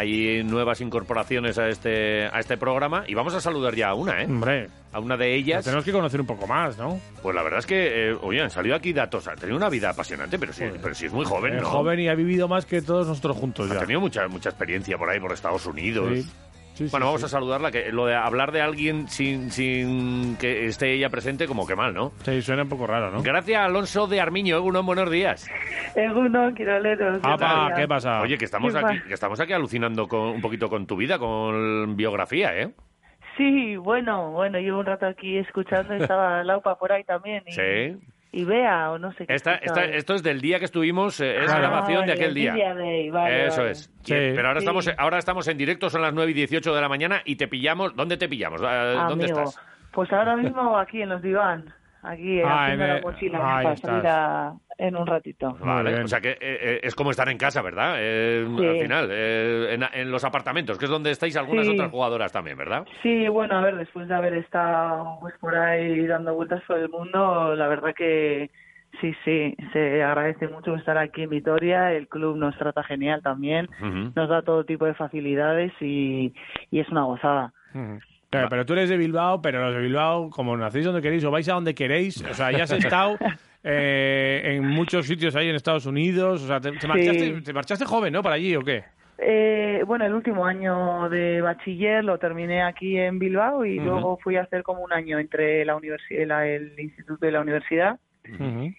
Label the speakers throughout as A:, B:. A: Hay nuevas incorporaciones a este, a este programa y vamos a saludar ya a una, ¿eh?
B: Hombre,
A: A una de
B: lo
A: ellas.
B: tenemos que conocer un poco más, ¿no?
A: Pues la verdad es que, eh, oye, han salido aquí datos. Ha tenido una vida apasionante, pero sí, pero sí es muy joven,
B: Es
A: ¿no?
B: Eh, joven y ha vivido más que todos nosotros juntos
A: Ha
B: ya.
A: tenido mucha, mucha experiencia por ahí, por Estados Unidos.
B: Sí. Sí, sí,
A: Bueno, vamos
B: sí.
A: a saludarla, que lo de hablar de alguien sin, sin que esté ella presente, como que mal, ¿no?
B: Sí, suena un poco raro, ¿no?
A: Gracias, Alonso de Armiño, Egunon, buenos días.
C: Egunon, Quiroleros.
A: Ah,
B: ¡Apa!
C: Buenos
B: ¿Qué
C: días.
B: pasa?
A: Oye, que estamos
C: ¿Qué
A: aquí,
C: va?
A: que estamos aquí alucinando con, un poquito con tu vida, con biografía, ¿eh?
C: Sí, bueno, bueno, llevo un rato aquí escuchando, estaba Laupa por ahí también. Y,
A: Sí.
C: Y Bea, o no sé qué.
A: Esta,
C: escuchaba.
A: esta- esto es del día que estuvimos, eh, es
C: Ah,
A: grabación de
C: el
A: aquel día.
C: día de ahí, vale,
A: Eso
C: vale.
A: es.
B: Sí.
A: Y- Pero ahora,
C: Sí.
A: estamos, ahora estamos en directo, son las 9 y 18 de la mañana y te pillamos. ¿Dónde te pillamos? Eh, ¿Dónde
C: Amigo,
A: estás?
C: Pues ahora mismo aquí en los diván, aquí eh,
B: Ah,
C: haciendo
B: en
C: la
B: el-
C: mochila
B: ahí
C: para
B: estás.
C: salir a- en un ratito.
B: Muy
A: Vale,
B: bien.
A: o sea que eh, eh, es como estar en casa, ¿verdad? Eh,
C: Sí.
A: Al final, eh, en, en los apartamentos, que es donde estáis algunas
C: Sí.
A: otras jugadoras también, ¿verdad?
C: Sí, bueno, a ver, después de haber estado pues por ahí dando vueltas por el mundo, la verdad que sí, sí, se agradece mucho estar aquí en Vitoria, el club nos trata genial también,
A: Ujú.
C: nos da todo tipo de facilidades y, y es una gozada.
B: Ujú. Claro, Eh, pero tú eres de Bilbao, pero los de Bilbao, como nacéis donde queréis o vais a donde queréis, o sea, ya has estado eh, en muchos sitios ahí en Estados Unidos, o sea, te, te marchaste, te marchaste joven, ¿no? Para allí, ¿o qué?
C: Eh, bueno, el último año de bachiller lo terminé aquí en Bilbao y
B: Ujú.
C: luego fui a hacer como un año entre la universi- la- el instituto y la universidad.
B: Ujú.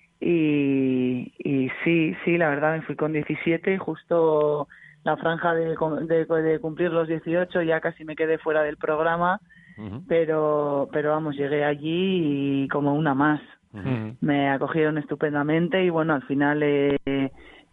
C: Y, y sí, sí, la verdad me fui con 17, justo la franja de, cum- de- de cumplir los 18, ya casi me quedé fuera del programa,
A: Ujú.
C: pero, pero vamos, llegué allí y como una más.
B: Ujú.
C: Me acogieron estupendamente y bueno, al final eh,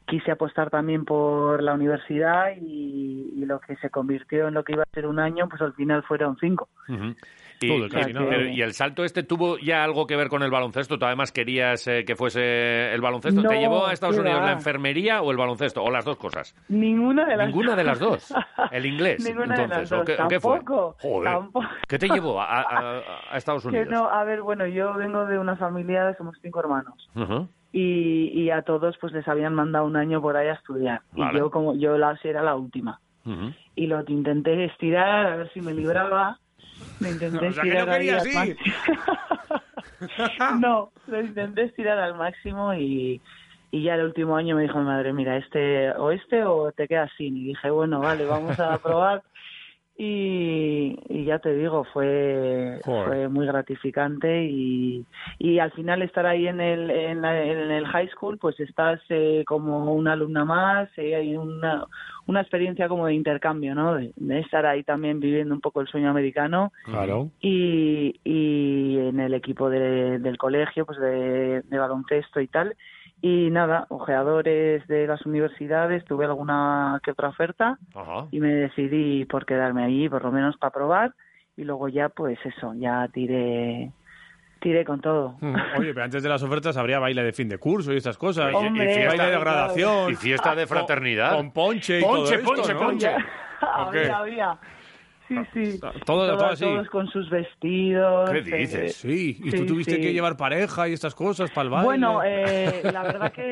C: quise apostar también por la universidad y, y lo que se convirtió en lo que iba a ser un año, pues al final fueron cinco.
A: Ujú.
B: Mm. Todo,
A: Y,
B: casi,
A: y-
B: ¿no?
A: pero- y el salto este tuvo ya algo que ver con el baloncesto. Tú además querías eh, que fuese el baloncesto. ¿Te
C: No,
A: llevó a Estados
C: qué
A: Unidos
C: va.
A: la enfermería o el baloncesto? O las dos cosas.
C: Ninguna de las
A: Ninguna de las dos. El inglés.
C: Ninguna de las
A: entonces,
C: dos.
A: ¿o, qué, o qué fue?
C: tampoco,
A: Joder.
C: tampoco.
A: ¿Qué te llevó a, a- a Estados
C: Que
A: Unidos?
C: no, a ver, bueno, yo vengo de una familia, somos cinco hermanos.
A: Ujú.
C: Y, y a todos pues les habían mandado un año por ahí a estudiar.
A: Vale.
C: Y yo como yo la era la última.
A: Ujú.
C: Y lo que intenté estirar, a ver si me libraba. Me intenté
B: O sea, que no
C: estirar ahí
B: querías
C: al
B: ir.
C: máximo.
B: Ah.
C: no, lo intenté estirar al máximo y, y ya el último año me dijo mi madre, mira, este o este o te quedas sin. Y dije, bueno, vale, vamos a probar. Y, y ya te digo, fue,
B: Joder.
C: fue muy gratificante y, y al final estar ahí en el, en, la- en el high school, pues estás eh, como una alumna más, eh, hay una, una experiencia como de intercambio, ¿no? De, de estar ahí también viviendo un poco el sueño americano
B: Claro.
C: y, y en el equipo de- del colegio, pues de, de baloncesto y tal. Y nada, ojeadores de las universidades, tuve alguna que otra oferta
A: Ajá.
C: y me decidí por quedarme allí, por lo menos para probar. Y luego ya, pues eso, ya tiré, tiré con todo.
B: Ujú. Oye, pero antes de las ofertas habría baile de fin de curso y estas cosas.
A: Y- y Hombre, fiesta-
B: baile de graduación.
A: Y fiesta de fraternidad.
B: Con ponche y
A: Ponche,
B: todo esto,
A: ponche,
B: ¿no?
A: ponche.
B: qué?
C: había, había. Sí, sí.
B: Todo- todo así.
C: Todos con sus vestidos.
A: ¿Qué
C: eh,
A: dices?
B: Sí, y tú
C: Sí,
B: tuviste
C: sí.
B: que llevar pareja y estas cosas para el baile.
C: Bueno, eh, la verdad que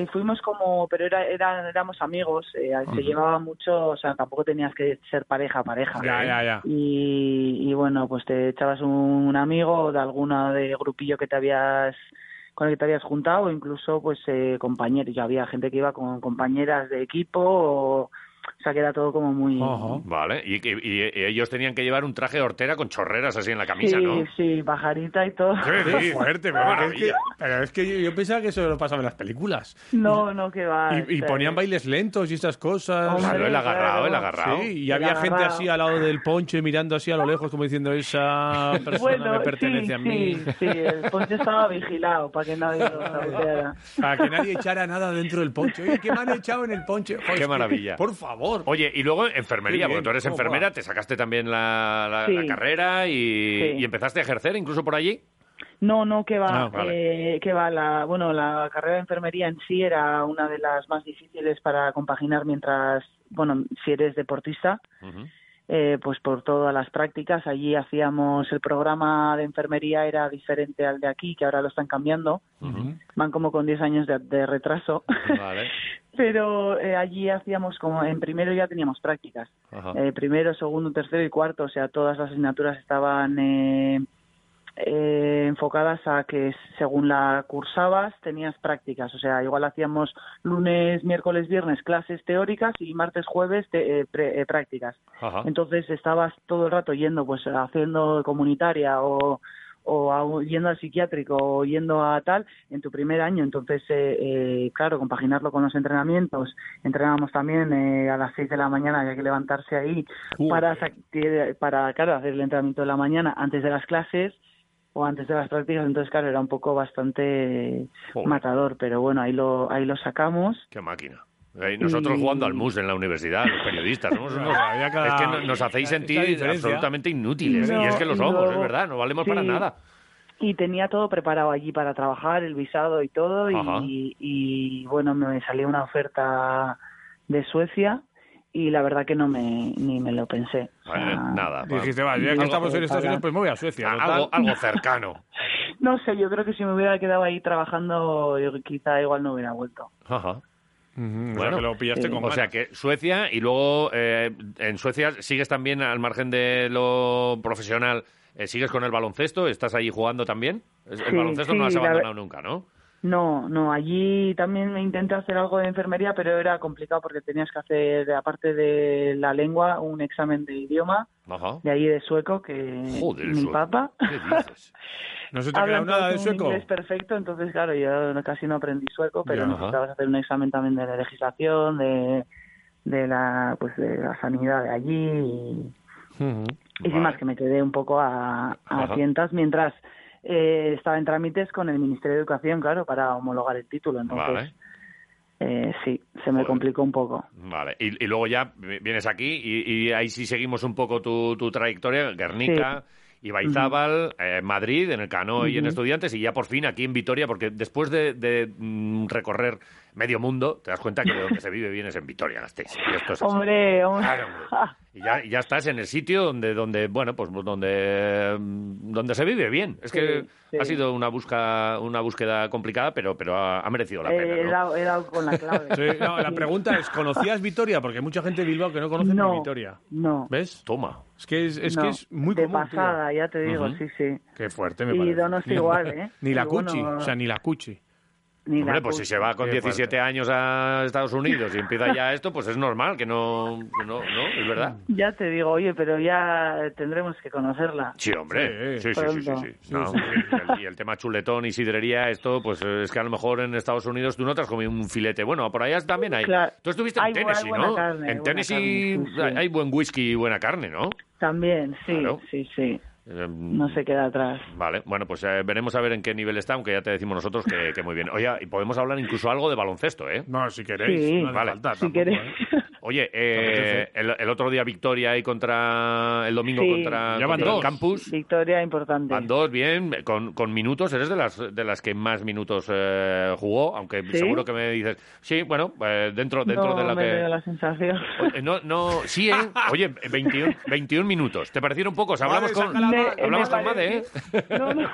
C: eh, fuimos como, pero era, era- éramos amigos, eh, se llevaba mucho, o sea, tampoco tenías que ser pareja, pareja.
B: Ya, ya, ya.
C: Y, y bueno, pues te echabas un, amigo de alguna de grupillo que te habías con el que te habías juntado, o incluso pues eh, compañeros. Yo había gente que iba con compañeras de equipo, o, o sea, que era todo como muy.
B: Ajá.
A: Vale, y, que- y- y ellos tenían que llevar un traje de hortera con chorreras así en la
C: Sí,
A: camisa, ¿no?
C: sí, pajarita y todo.
B: Qué fuerte, pero es que,
A: Maravilla.
B: pero es que yo, yo pensaba que eso lo pasaba en las películas.
C: No, no, que va.
B: Y, y
C: este,
B: ponían bailes lentos y estas cosas.
C: Hombre,
A: Claro, el agarrado, el
C: claro.
A: agarrado.
B: Sí, y
C: El
B: había gente
C: agarrado.
B: así al lado del ponche mirando así a lo lejos como diciendo esa persona me pertenece
C: sí,
B: a mí. Ah,
C: Sí, sí, el ponche estaba vigilado para que nadie lo saboteara.
B: Para que nadie echara nada dentro del ponche. Oye, ¿qué me han echado en el ponche? Joder,
A: Qué
B: es que,
A: maravilla.
B: Por favor.
A: Oye, y luego enfermería,
B: Qué bien,
A: porque tú eres
B: cómo
A: enfermera,
B: mola.
A: te sacaste también la, la-
C: Sí.
A: la carrera y,
C: Sí.
A: y empezaste a ejercer incluso por allí.
C: No, no, que va,
B: Ah,
C: eh, que va. La, bueno, la carrera de enfermería en sí era una de las más difíciles para compaginar mientras, bueno, si eres deportista.
A: Ujú.
C: eh, pues por todas las prácticas. Allí hacíamos el programa de enfermería era diferente al de aquí, que ahora lo están cambiando.
A: Ujú.
C: Van como con 10 años de, de retraso.
A: Vale.
C: Pero eh, allí hacíamos como en primero ya teníamos prácticas.
A: Ajá.
C: Eh, primero, segundo, tercero y cuarto. O sea, todas las asignaturas estaban eh, eh, enfocadas a que según la cursabas tenías prácticas. O sea, igual hacíamos lunes, miércoles, viernes clases teóricas y martes, jueves te- eh, pre- eh, prácticas.
A: Ajá.
C: Entonces estabas todo el rato yendo, pues haciendo comunitaria o, o a un- yendo al psiquiátrico o yendo a tal en tu primer año. Entonces, eh, eh, claro, compaginarlo con los entrenamientos. Entrenábamos también eh, a las 6 de la mañana, había que levantarse ahí para, sa- tie- para claro, hacer el entrenamiento de la mañana antes de las clases o antes de las prácticas. Entonces, claro, era un poco bastante
A: Joder.
C: matador, pero bueno, ahí lo, ahí lo sacamos.
A: Qué máquina. Eh, y Nosotros
C: Y-
A: jugando al mus en la universidad, los periodistas, somos unos-
B: Había cada-
A: es que no- nos hacéis
B: esa
A: sentir
B: diferencia.
A: absolutamente inútiles.
C: No,
A: y es que lo
C: y
A: somos,
C: luego-
A: es verdad, no valemos para
C: sí.
A: nada.
C: y tenía todo preparado allí para trabajar, el visado y todo,
A: Ajá.
C: y, y, bueno, me salió una oferta de Suecia y la verdad que no me, ni me lo pensé. O sea,
A: Eh, nada. va.
B: Dijiste, va, ya que
C: Algo-
B: estamos en Estados Unidos, pues me voy a Suecia.
A: Ah,
B: total.
A: algo, algo cercano.
C: No sé, yo creo que si me hubiera quedado ahí trabajando, yo quizá igual no hubiera vuelto.
A: Ajá.
B: Ujú, o sea,
A: Bueno.
B: que lo pillaste
C: Sí.
B: con
A: O sea
B: ganas.
A: que Suecia y luego eh, en Suecia sigues también al margen de lo profesional, eh, sigues con el baloncesto, estás ahí jugando también. Es- El
C: Sí,
A: baloncesto
C: sí,
A: no lo has
C: la ve-
A: abandonado nunca, ¿no?
C: No, no, allí también me intenté hacer algo de enfermería, pero era complicado porque tenías que hacer, aparte de la lengua, un examen de idioma,
A: Ajá.
C: de allí de sueco, que
A: Joder,
C: mi
A: sueco.
C: papá...
A: ¿Qué dices?
B: ¿No se te ha
C: Hablan
B: quedado nada
C: todos
B: de
C: un
B: sueco?
C: inglés perfecto, entonces claro, yo no- casi no aprendí sueco, pero
B: Ya, ajá.
C: necesitabas hacer un examen también de la legislación, de, de la pues de la sanidad de allí y,
B: Ujú.
C: y sin
A: Vale.
C: más que me quedé un poco a, a
A: Ajá.
C: tientas mientras eh, estaba en trámites con el Ministerio de Educación, claro, para homologar el título, entonces
A: Vale.
C: eh, sí, se me
A: Joder.
C: complicó un poco.
A: Vale, y, y luego ya vi- vienes aquí y, y ahí sí seguimos un poco tu, tu trayectoria, Guernica, Ibaizábal, eh, Madrid, en el Cano y en
C: Ujú.
A: Estudiantes, y ya por fin aquí en Vitoria, porque después de, de, mm, recorrer medio mundo, te das cuenta que de donde se vive bien es en Vitoria, Gasteiz. Y esto
B: Pues
A: es así.
C: Hombre, hombre.
A: Claro, hombre. Y ya, y ya estás en el sitio donde, donde bueno, pues donde, mm, donde se vive bien. Es que
C: Sí, sí.
A: ha sido una, busca, una búsqueda complicada, pero, pero ha, ha merecido la
C: Eh,
A: pena.
C: he,
A: ¿no?
C: dado, he dado con la clave.
B: Sí, no, la
C: Sí.
B: pregunta es, ¿conocías Vitoria? Porque hay mucha gente de Bilbao que no conoce
C: No,
B: ni Vitoria.
C: No.
B: ¿Ves?
A: Toma.
B: Es que es, es, que
C: no,
B: es muy
C: de
B: común, tío.
C: pasada, ya te digo,
A: Ujú.
C: sí, sí.
B: Qué fuerte me
C: Y
B: parece.
C: Donosti igual, ¿eh?
B: Ni la
C: Y bueno,
B: cuchi, o sea, ni la cuchi.
C: Ni la
A: Hombre, pues si
C: puse.
A: se va con
B: Qué
A: 17
B: fuerte.
A: años a Estados Unidos y empieza ya esto, pues es normal que no, que no, no, es verdad.
C: Ya te digo, oye, pero ya tendremos que conocerla.
A: Sí, hombre. Sí,
B: Sí,
A: sí, sí, sí.
C: Pronto.
A: sí. No, y el- Y el tema chuletón y sidrería, esto, pues eh, es que a lo mejor en Estados Unidos tú no te has comido un filete. Bueno, por allá también hay.
C: Claro.
A: Tú estuviste en
C: Hay bu- hay
A: Tennessee,
C: buena
A: ¿no?
C: carne, hay
A: en
C: buena
A: Tennessee
C: carne, sí, sí.
A: hay- hay buen whisky y buena carne, ¿no?
C: También, sí,
A: Claro.
C: sí, sí.
A: Eh,
C: No se queda atrás.
A: Vale, bueno, pues eh, veremos a ver en qué nivel está, aunque ya te decimos nosotros que, que muy bien. Oye, y podemos hablar incluso algo de baloncesto, ¿eh?
B: No, si queréis.
C: Sí.
B: No hace
A: Vale.
B: falta
A: Si
C: Si
B: tampoco,
C: quieres.
B: ¿eh?
A: Oye, eh, el, el otro día victoria ahí contra. El domingo
C: Sí.
A: contra,
B: Ya van
A: contra el
B: dos.
A: Campus.
C: Victoria importante.
A: Van dos, bien, con, con minutos. Eres de las, de las que más minutos eh, jugó, aunque
C: ¿Sí?
A: seguro que me dices. Sí, bueno, eh, dentro, dentro
C: no
A: de la
C: me dio
A: que.
C: la sensación.
A: Oye, No, no, sí, ¿eh? Oye, 21, 21 minutos. ¿Te parecieron pocos? Hablamos
B: Vale,
A: con,
B: sácala,
C: Me-
B: vale.
A: hablamos
C: me
A: con Made, ¿eh?
C: No, no,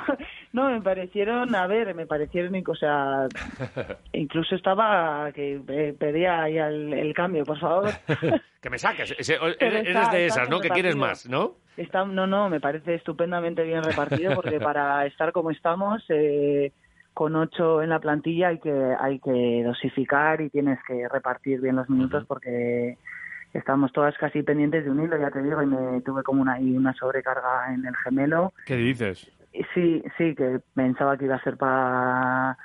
C: no, me parecieron, a ver, me parecieron, o sea, incluso estaba que eh, pedía ahí al- el cambio, por favor.
A: Que me saques. Ese-
C: Pero
A: eres
C: está-
A: de
C: está
A: esas, ¿no? Que
C: repartido.
A: quieres más, ¿no?
C: Está, no, no, me parece estupendamente bien repartido porque para estar como estamos, eh, con ocho en la plantilla hay que, hay que dosificar y tienes que repartir bien los minutos porque estamos todas casi pendientes de un hilo, ya te digo, y me tuve como una, y una sobrecarga en el gemelo.
B: ¿Qué dices?
C: Y Sí, sí, que pensaba que iba a ser para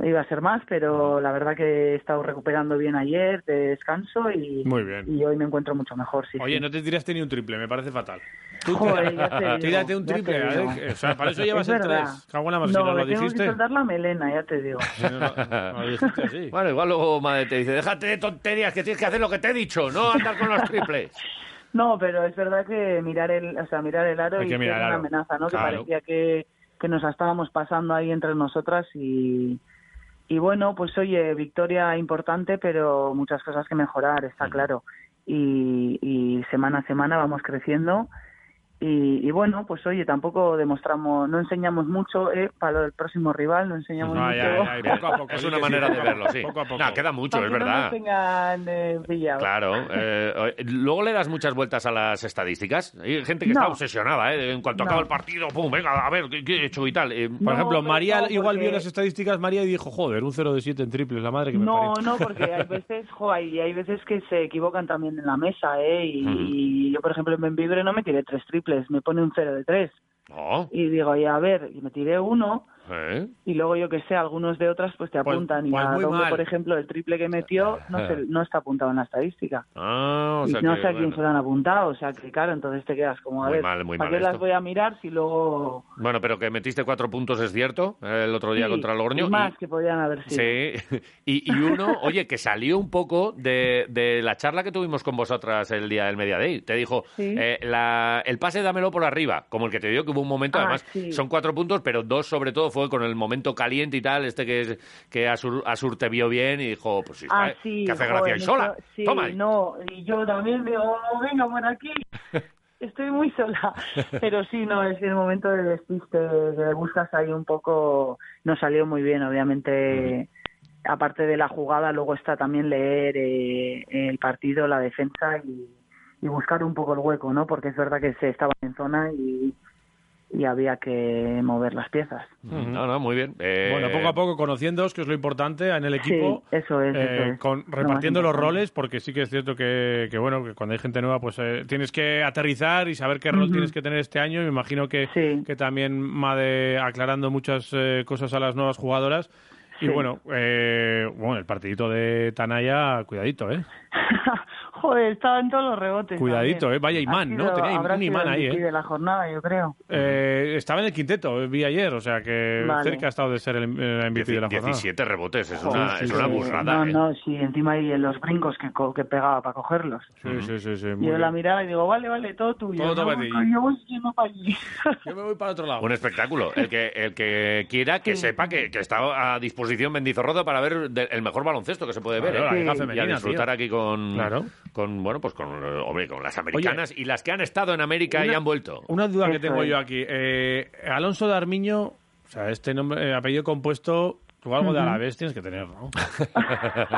C: iba a ser más, pero la verdad que he estado recuperando bien ayer de descanso y,
B: Muy bien.
C: y hoy me encuentro mucho mejor. Sí,
B: Oye,
C: sí.
B: no te tiraste ni un triple, me parece fatal.
C: Joder, ya te digo,
B: Tírate un
C: ya te
B: triple, ¿eh?
C: digo.
B: Alex. O sea, para eso
C: Es
B: llevas el
C: verdad.
B: 3. Cago en la mar, si
C: No,
B: no
C: me
B: lo
C: tengo que
B: dijiste.
C: soltar la melena, ya te digo.
B: Si no, no- no lo dijiste así.
A: Bueno, igual luego Made te dice: déjate de tonterías, que tienes que hacer lo que te he dicho, no andar con los triples.
C: No, pero es verdad que mirar el, o sea, mirar el aro
B: Hay
C: y
B: que
C: ser
B: mirar el
C: una
B: aro.
C: amenaza, ¿no?
B: Claro.
C: Que parecía que, que nos la estábamos pasando ahí entre nosotras y y bueno, pues oye, victoria importante, pero muchas cosas que mejorar, está claro. Y, y semana a semana vamos creciendo. Y, y bueno, pues oye, tampoco demostramos, no enseñamos mucho eh, para el próximo rival, no enseñamos
B: No,
C: mucho.
B: ya, ya, ya, poco a poco,
A: es
B: sí,
A: una
B: sí,
A: manera
B: poco
A: de
B: a
A: verlo,
B: poco,
A: sí.
B: poco a poco.
A: No, queda mucho,
C: Para
A: es
C: que no nos
A: verdad.
C: tengan eh, pillados.
A: Claro. eh, eh, luego le das muchas vueltas a las estadísticas. Hay gente que está
C: No.
A: obsesionada, ¿eh? En cuanto
C: No.
A: acaba el partido, pum, venga, a ver, ¿qué, qué he hecho y tal? Eh,
B: Por
C: No,
B: ejemplo,
C: pero
B: María
C: no,
B: igual
C: porque-
B: vio las estadísticas María y dijo, joder, un 0 de 7 en triples, la madre que me
C: No,
B: parió.
C: no, porque hay veces, jo, hay, hay veces que se equivocan también en la mesa, ¿eh? Y,
A: Ujú.
C: y yo, por ejemplo, en Benvibre no me tiré tres triples, me pone un cero de tres.
A: no,
C: Y digo, ya, a ver, y me tiré uno,
A: ¿eh?
C: y luego yo que sé, algunos de otras pues te
B: Pues-
C: apuntan. y
B: pues
C: la
B: muy
C: doble,
B: mal.
C: por ejemplo, el triple que metió no, se- no está apuntado en la estadística.
A: Ah, o sea
C: y no
A: que,
C: sé a quién
A: bueno.
C: se lo han apuntado, o sea que claro, entonces te quedas como, a
A: Muy
C: ver,
A: mal, muy
C: ¿para
A: mal
C: qué las
A: esto.
C: voy a mirar si luego...
A: Bueno, pero que metiste cuatro puntos es cierto eh, el otro día
C: Sí,
A: contra Logroño.
C: y
A: y-
C: más que podían haber sido.
A: Sí, y, y uno, oye, que salió un poco de, de la charla que tuvimos con vosotras el día del Media Day. Te dijo,
C: Sí.
A: eh, la- el pase dámelo por arriba, como el que te dio, que hubo un momento,
C: Ah,
A: además
C: sí.
A: son cuatro puntos, pero dos sobre todo fue con el momento caliente y tal, este que, es, que Asur, Asur te vio bien y dijo, pues sí, está,
C: Ah, sí,
A: que hace
C: joder,
A: gracia y
C: eso-
A: sola.
C: sí,
A: Toma.
C: no, y yo también digo, "Oh, venga por aquí, estoy muy sola. Pero sí, no, es el momento de despiste, que buscas ahí un poco, no salió muy bien, obviamente. Aparte de la jugada, luego está también leer eh, el partido, la defensa y, y buscar un poco el hueco, ¿no? Porque es verdad que se estaba en zona y, y había que mover las piezas.
A: Mm, No, no, muy bien. Eh,
B: Bueno, poco a poco conociéndoos, que es lo importante en el equipo.
C: sí, eso es.
B: eh,
C: eso es.
B: con-
C: Lo más
B: repartiendo los
C: importante.
B: roles, porque sí que es cierto que, que, bueno, que cuando hay gente nueva, pues eh, tienes que aterrizar y saber qué rol
C: Ujú.
B: tienes que tener este año. Y me imagino que,
C: Sí.
B: que también Made aclarando muchas eh, cosas a las nuevas jugadoras. Y
C: Sí.
B: bueno, eh, bueno, el partidito de Tanaya, cuidadito, ¿eh?
C: Joder, estaban todos los rebotes.
B: Cuidadito,
C: también.
B: eh, vaya imán,
C: Ha
B: ¿no?
C: sido-
B: Tenía
C: habrá
B: un imán
C: sido el
B: ahí,
C: MVP
B: eh.
C: de la jornada, yo creo.
B: Eh, estaba en el quinteto, eh, vi ayer, o sea que
C: Vale.
B: cerca ha estado de ser el, el MVP de la jornada.
A: 17 rebotes, es
C: Joder,
A: una,
B: sí,
A: es
B: sí,
A: una
B: sí.
A: burrada.
C: No,
A: eh.
C: no, sí, encima y en los brincos que, co- que pegaba para cogerlos.
B: Sí, sí, sí, sí,
C: Y
B: muy
C: yo la
B: bien.
C: miraba y digo, vale, vale, todo tuyo.
B: Todo
C: yo,
B: para
C: voy,
B: ti.
C: yo voy yendo para allí.
B: Yo me voy para otro lado.
A: Un espectáculo. El que, el que quiera que
C: Sí.
A: sepa que, que está a disposición Mendizorroza para ver de- el mejor baloncesto que se puede ver.
B: Claro,
A: ¿eh?
B: la liga
C: Sí.
A: Y
B: femenina,
A: a disfrutar
B: tío.
A: aquí con,
B: Claro.
A: con bueno pues con, eh, hombre, con las americanas y las que han estado en América y
B: Una-
A: han vuelto.
B: Una duda que
C: Eso
B: tengo
C: es.
B: yo aquí. Eh, Alonso de Armiño, o sea, este nombre, eh, apellido compuesto, tú algo de Alavés tienes que tener, ¿no?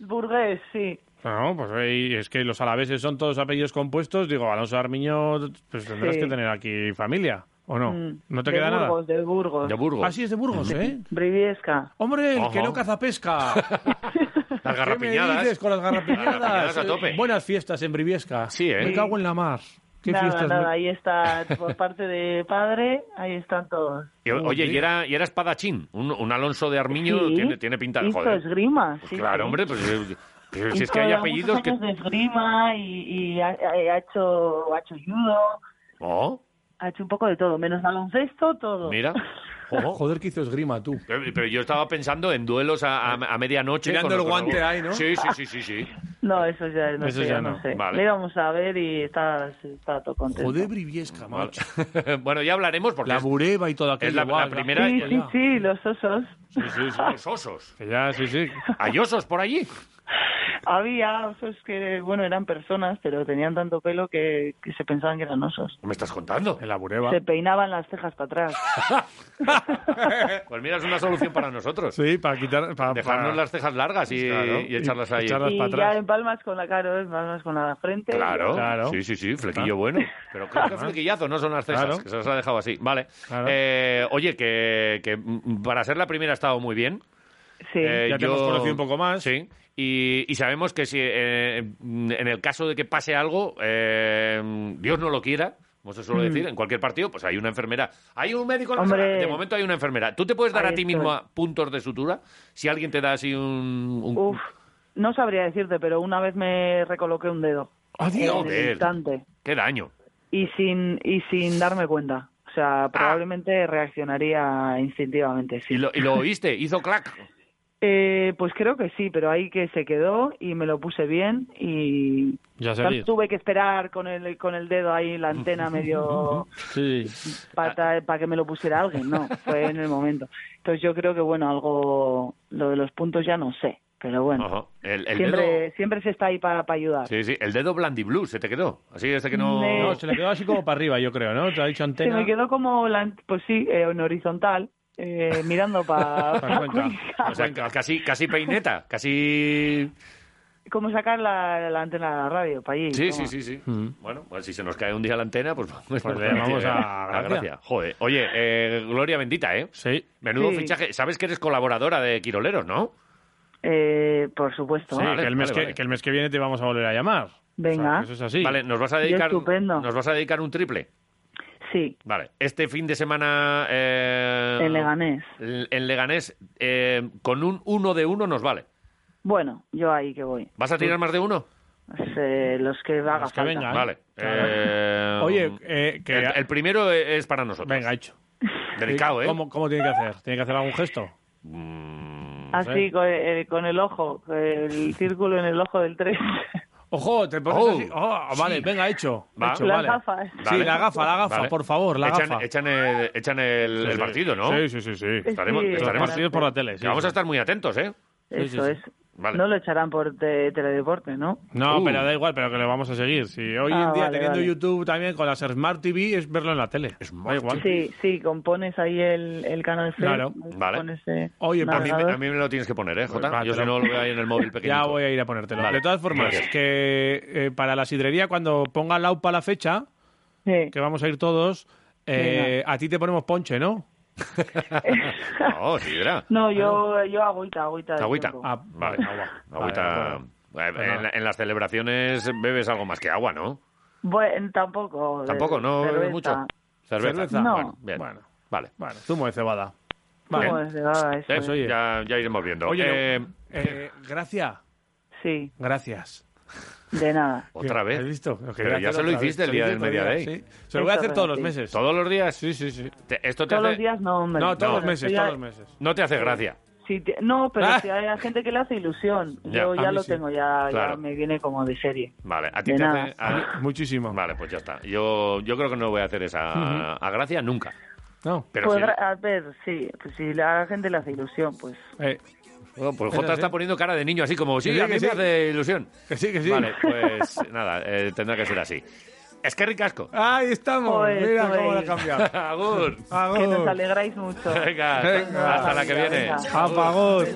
C: Burgués, sí.
B: No, pues eh, y es que los alaveses son todos apellidos compuestos. Digo, Alonso de Armiño, pues tendrás
C: Sí.
B: que tener aquí familia, ¿o no?
C: Mm,
B: ¿No te
C: de
B: queda
C: Burgos, De Burgos,
A: De
C: de
A: Burgos.
B: nada? Así es de Burgos, ¿eh?
C: Briviesca.
B: Hombre, el que
A: Ojo.
B: no caza pesca.
A: Las
B: ¿Qué me
A: garrapiñadas.
B: dices con las
A: Las garrapiñadas
B: garrapiñadas?
A: a tope.
B: Buenas fiestas en Briviesca.
A: Sí, ¿eh?
B: Me cago en la mar. ¿Qué
C: nada,
B: fiestas?
C: nada,
B: me-
C: ahí está, por parte de padre, ahí están todos.
A: Y, oye, y era, y era espadachín. Un, un Alonso de Armiño
C: Sí,
A: tiene, tiene pinta de
C: hizo
A: joder.
C: esgrima,
A: Pues
C: sí,
A: claro,
C: sí.
A: hombre, pues, eh, pero si es
C: Hizo
A: que hay
C: muchos
A: apellidos que.
C: años de esgrima y, y ha, ha hecho, ha hecho judo,
A: Oh,
C: ha hecho un poco de todo, menos baloncesto, todo.
A: mira.
B: Oh,
A: Ojo.
B: Joder, que hizo esgrima tú.
A: Pero, pero yo estaba pensando en duelos a, a- a medianoche.
B: Tirando el guante ahí, ¿no?
A: Sí, sí, sí, sí. sí.
C: No, eso ya no,
B: Eso
C: sé,
B: ya
C: ya no.
B: no.
C: sé.
A: Vale.
C: Le íbamos a ver y está, está todo contento.
B: Joder, Briviesca, macho.
A: Vale. bueno, ya hablaremos porque
B: La
A: es-
B: bureba y todo aquello.
A: es la-
B: guau,
A: la primera-
C: sí,
A: ya,
C: sí,
B: ya.
C: sí, los osos.
A: Sí, sí, sí, los osos.
B: Que ya, sí, sí.
A: ¿Hay osos por allí?
C: Había osos que, bueno, eran personas, pero tenían tanto pelo que, que se pensaban que eran osos.
A: ¿Me estás contando?
B: En la bureba.
C: Se peinaban las cejas para atrás.
A: Pues mira, es una solución para nosotros.
B: Eh. Sí, para quitar... Para,
A: Dejarnos
B: para-
A: las cejas largas y,
B: Claro.
A: y echarlas ahí.
B: Echarlas-
C: y
B: para atrás.
C: ya en palmas con la cara, en palmas con la frente.
A: Claro.
B: Claro.
A: sí, sí, sí, flequillo bueno. Pero creo que flequillazo, no son las cejas,
B: Claro.
A: que se las ha dejado así. Vale.
B: Claro.
A: Eh, oye, que, que, mm, para ser la primera ha estado muy bien.
C: Sí.
A: Eh,
B: Ya te hemos conocido un poco más.
A: Sí. Y, y sabemos que si eh, en el caso de que pase algo, eh, Dios no lo quiera, como se suele decir, en cualquier partido, pues hay una enfermera. Hay un médico, en la
C: Mm. Hombre.
A: sala. de momento hay una enfermera. ¿Tú te puedes dar
C: Ahí
A: a ti
C: estoy.
A: mismo puntos de sutura? Si alguien te da así un... un-
C: Uf, no sabría decirte, pero una vez me recoloqué un dedo.
A: Adiós.
C: En el instante.
A: ¡Qué daño!
C: Y sin, y sin darme cuenta. O
A: Ah.
C: sea, probablemente reaccionaría instintivamente, sí.
A: Y lo, y lo oíste, hizo clac.
C: Eh, pues creo que sí, pero ahí que se quedó y me lo puse bien y
B: Ya
C: tal,
B: sabéis.
C: tuve que esperar con el con el dedo ahí la antena medio
B: Sí.
C: para que me lo pusiera alguien, no, fue en el momento. Entonces yo creo que bueno, algo lo de los puntos ya no sé. Pero bueno,
A: Ajá. El, el
C: siempre,
A: dedo...
C: siempre se está ahí para, para ayudar.
A: Sí, sí, el dedo blandiblue se te quedó. Así desde que no...
C: Me-
B: No, se le quedó así como para arriba, yo creo, ¿no? Te ha dicho
C: Se
B: antena.
C: me quedó como, la- pues sí, eh, en horizontal, eh, mirando para
B: Para cuenta.
A: O sea, ca- casi, casi peineta, casi...
C: Como sacar la, la antena de la radio, para allí.
A: Sí,
C: toma.
A: sí, sí, sí.
B: Mm.
A: Bueno, pues si se nos cae un día la antena, pues,
B: le llamamos a Gracia.
A: Gracia. Joder. Oye, eh, Gloria bendita, ¿eh?
B: Sí.
A: Menudo
C: Sí.
A: fichaje. Sabes que eres colaboradora de Quiroleros, ¿no?
C: Eh, por supuesto.
A: Sí. Vale,
B: que, el mes
A: vale,
B: que,
A: vale.
B: que el mes que viene te vamos a volver a llamar.
C: Venga.
B: O sea, que eso es así.
A: Vale, nos vas a dedicar...
C: estupendo.
A: Nos vas a dedicar un triple.
C: Sí,
A: Vale. Este fin de semana... Eh,
C: en Leganés.
A: l- En Leganés, eh, con un uno de uno nos vale.
C: Bueno, yo ahí que voy.
A: ¿Vas a tirar más de uno?
C: Pues, eh, los que haga
B: Los que
C: falta.
B: vengan.
A: Vale.
B: Ah, Claro.
A: Eh,
B: Oye, eh, que...
A: el, el primero e, es para nosotros.
B: Venga, hecho.
A: Delicado, ¿eh?
B: ¿Cómo, ¿Cómo tiene que hacer? ¿Tiene que hacer algún gesto?
A: Mm,
C: Así, Ah, con el, con el ojo, el círculo en el ojo del 3.
B: Ojo, te pones
A: Oh,
B: así. Oh, vale,
A: sí.
B: venga, hecho.
A: Va.
B: hecho,
C: Las
B: vale.
C: gafas.
A: Vale.
B: Sí, la gafa, la gafa,
A: Vale.
B: por favor, la
A: echan,
B: gafa.
A: echan el, echan el, el
B: Sí.
A: partido, ¿no?
B: Sí, sí, sí, sí.
A: Estaremos,
C: Sí,
B: Los
A: estaremos-
B: partidos por la tele. sí,
A: Que vamos a
B: sí.
A: estar muy atentos, ¿eh?
B: Sí, sí,
C: Eso
B: sí.
C: es.
A: Vale.
C: No lo echarán por te- teledeporte, ¿no?
B: No,
A: Uh.
B: pero da igual, pero que lo vamos a seguir. Si hoy
C: Ah,
B: en día
C: vale,
B: teniendo
C: vale.
B: YouTube también con las Smart TV es verlo en la tele. Da igual.
C: Sí, sí, compones ahí el, el canal C.
B: Claro.
A: Vale.
C: Pones, eh,
B: Oye,
A: A mí,
C: navegador.
A: a mí me lo tienes que poner, ¿eh, Jota?
B: Vale,
A: Yo si
B: pero-
A: no lo veo ahí en el móvil pequeño.
B: Ya voy a ir a ponértelo.
A: Vale.
B: De todas formas,
A: Gracias.
B: que eh, para la sidrería, cuando ponga la UPA la fecha,
C: Sí.
B: que vamos a ir todos, eh, a ti te ponemos ponche, ¿no?
A: No, sí, verá.
C: No, yo, yo agüita, agüita. de
A: Agüita.
C: tiempo.
B: Ah,
A: Vale.
B: agua.
A: Agüita-
B: Vale, agua.
A: Eh, en, la- en las celebraciones bebes algo más que agua, ¿no?
C: Bueno, tampoco.
A: Tampoco, no bebes
C: cerveza.
A: mucho. Cerveza.
B: Cerveza.
C: No.
A: Bueno, bien.
B: Bueno.
A: Vale.
B: Bueno, zumo de cebada.
A: Bien.
C: Como desde nada, eso
A: Eh,
C: es.
B: Pues oye.
A: Ya, ya iremos viendo.
B: Oye,
A: Eh,
B: eh, gracias.
C: Sí,
B: Gracias.
C: de nada.
A: otra
B: ¿Has
A: vez.
B: visto? Que
A: Pero ya
B: gracias
A: se lo
B: otra
A: hiciste
B: vez.
A: el día
B: Se lo
A: del
B: hice otro
A: Media
B: día,
A: Day.
B: Sí. Se lo voy a hacer
C: Eso,
B: todos los
C: sí.
B: meses.
A: ¿Todos los días?
B: Sí, sí, sí.
A: Te- esto te
C: Todos
A: hace-
C: los días no, hombre.
B: No, todos los meses,
C: Sí,
B: todos
C: hay-
B: los meses.
A: No te hace gracia.
C: sí, te- no, pero
B: Ah.
C: si hay gente que le hace ilusión.
A: Ya,
C: yo
A: a
C: ya
B: mí
C: lo
B: sí.
C: tengo, ya, ya
A: Claro.
C: me viene como de serie.
A: Vale, a ti
C: De
A: te
C: nada.
A: hace... a-
B: Muchísimo.
A: Vale, pues ya está. Yo, yo creo que no voy a hacer esa a gracia nunca.
B: No.
A: Pero
C: Pues
A: sí-
C: gra- a ver, sí, pues si la gente le hace ilusión, pues.
B: Eh,
A: Bueno, pues
B: Pero
A: Jota
B: sí.
A: está poniendo cara de niño así como, sí,
B: Que sí,
A: a
B: que
A: mí
B: sí.
A: me hace ilusión.
B: que sí, que sí.
A: Vale, pues nada, eh, tendrá que ser así. Es que ricasco.
B: Ahí estamos.
C: Joder,
B: Mira cómo la ha
C: joder.
B: cambiado.
A: Agur.
C: Que nos
B: Agur.
C: alegráis mucho.
A: Venga,
B: Venga.
A: hasta la que
C: Venga,
A: viene.
C: venga.
B: Apagón.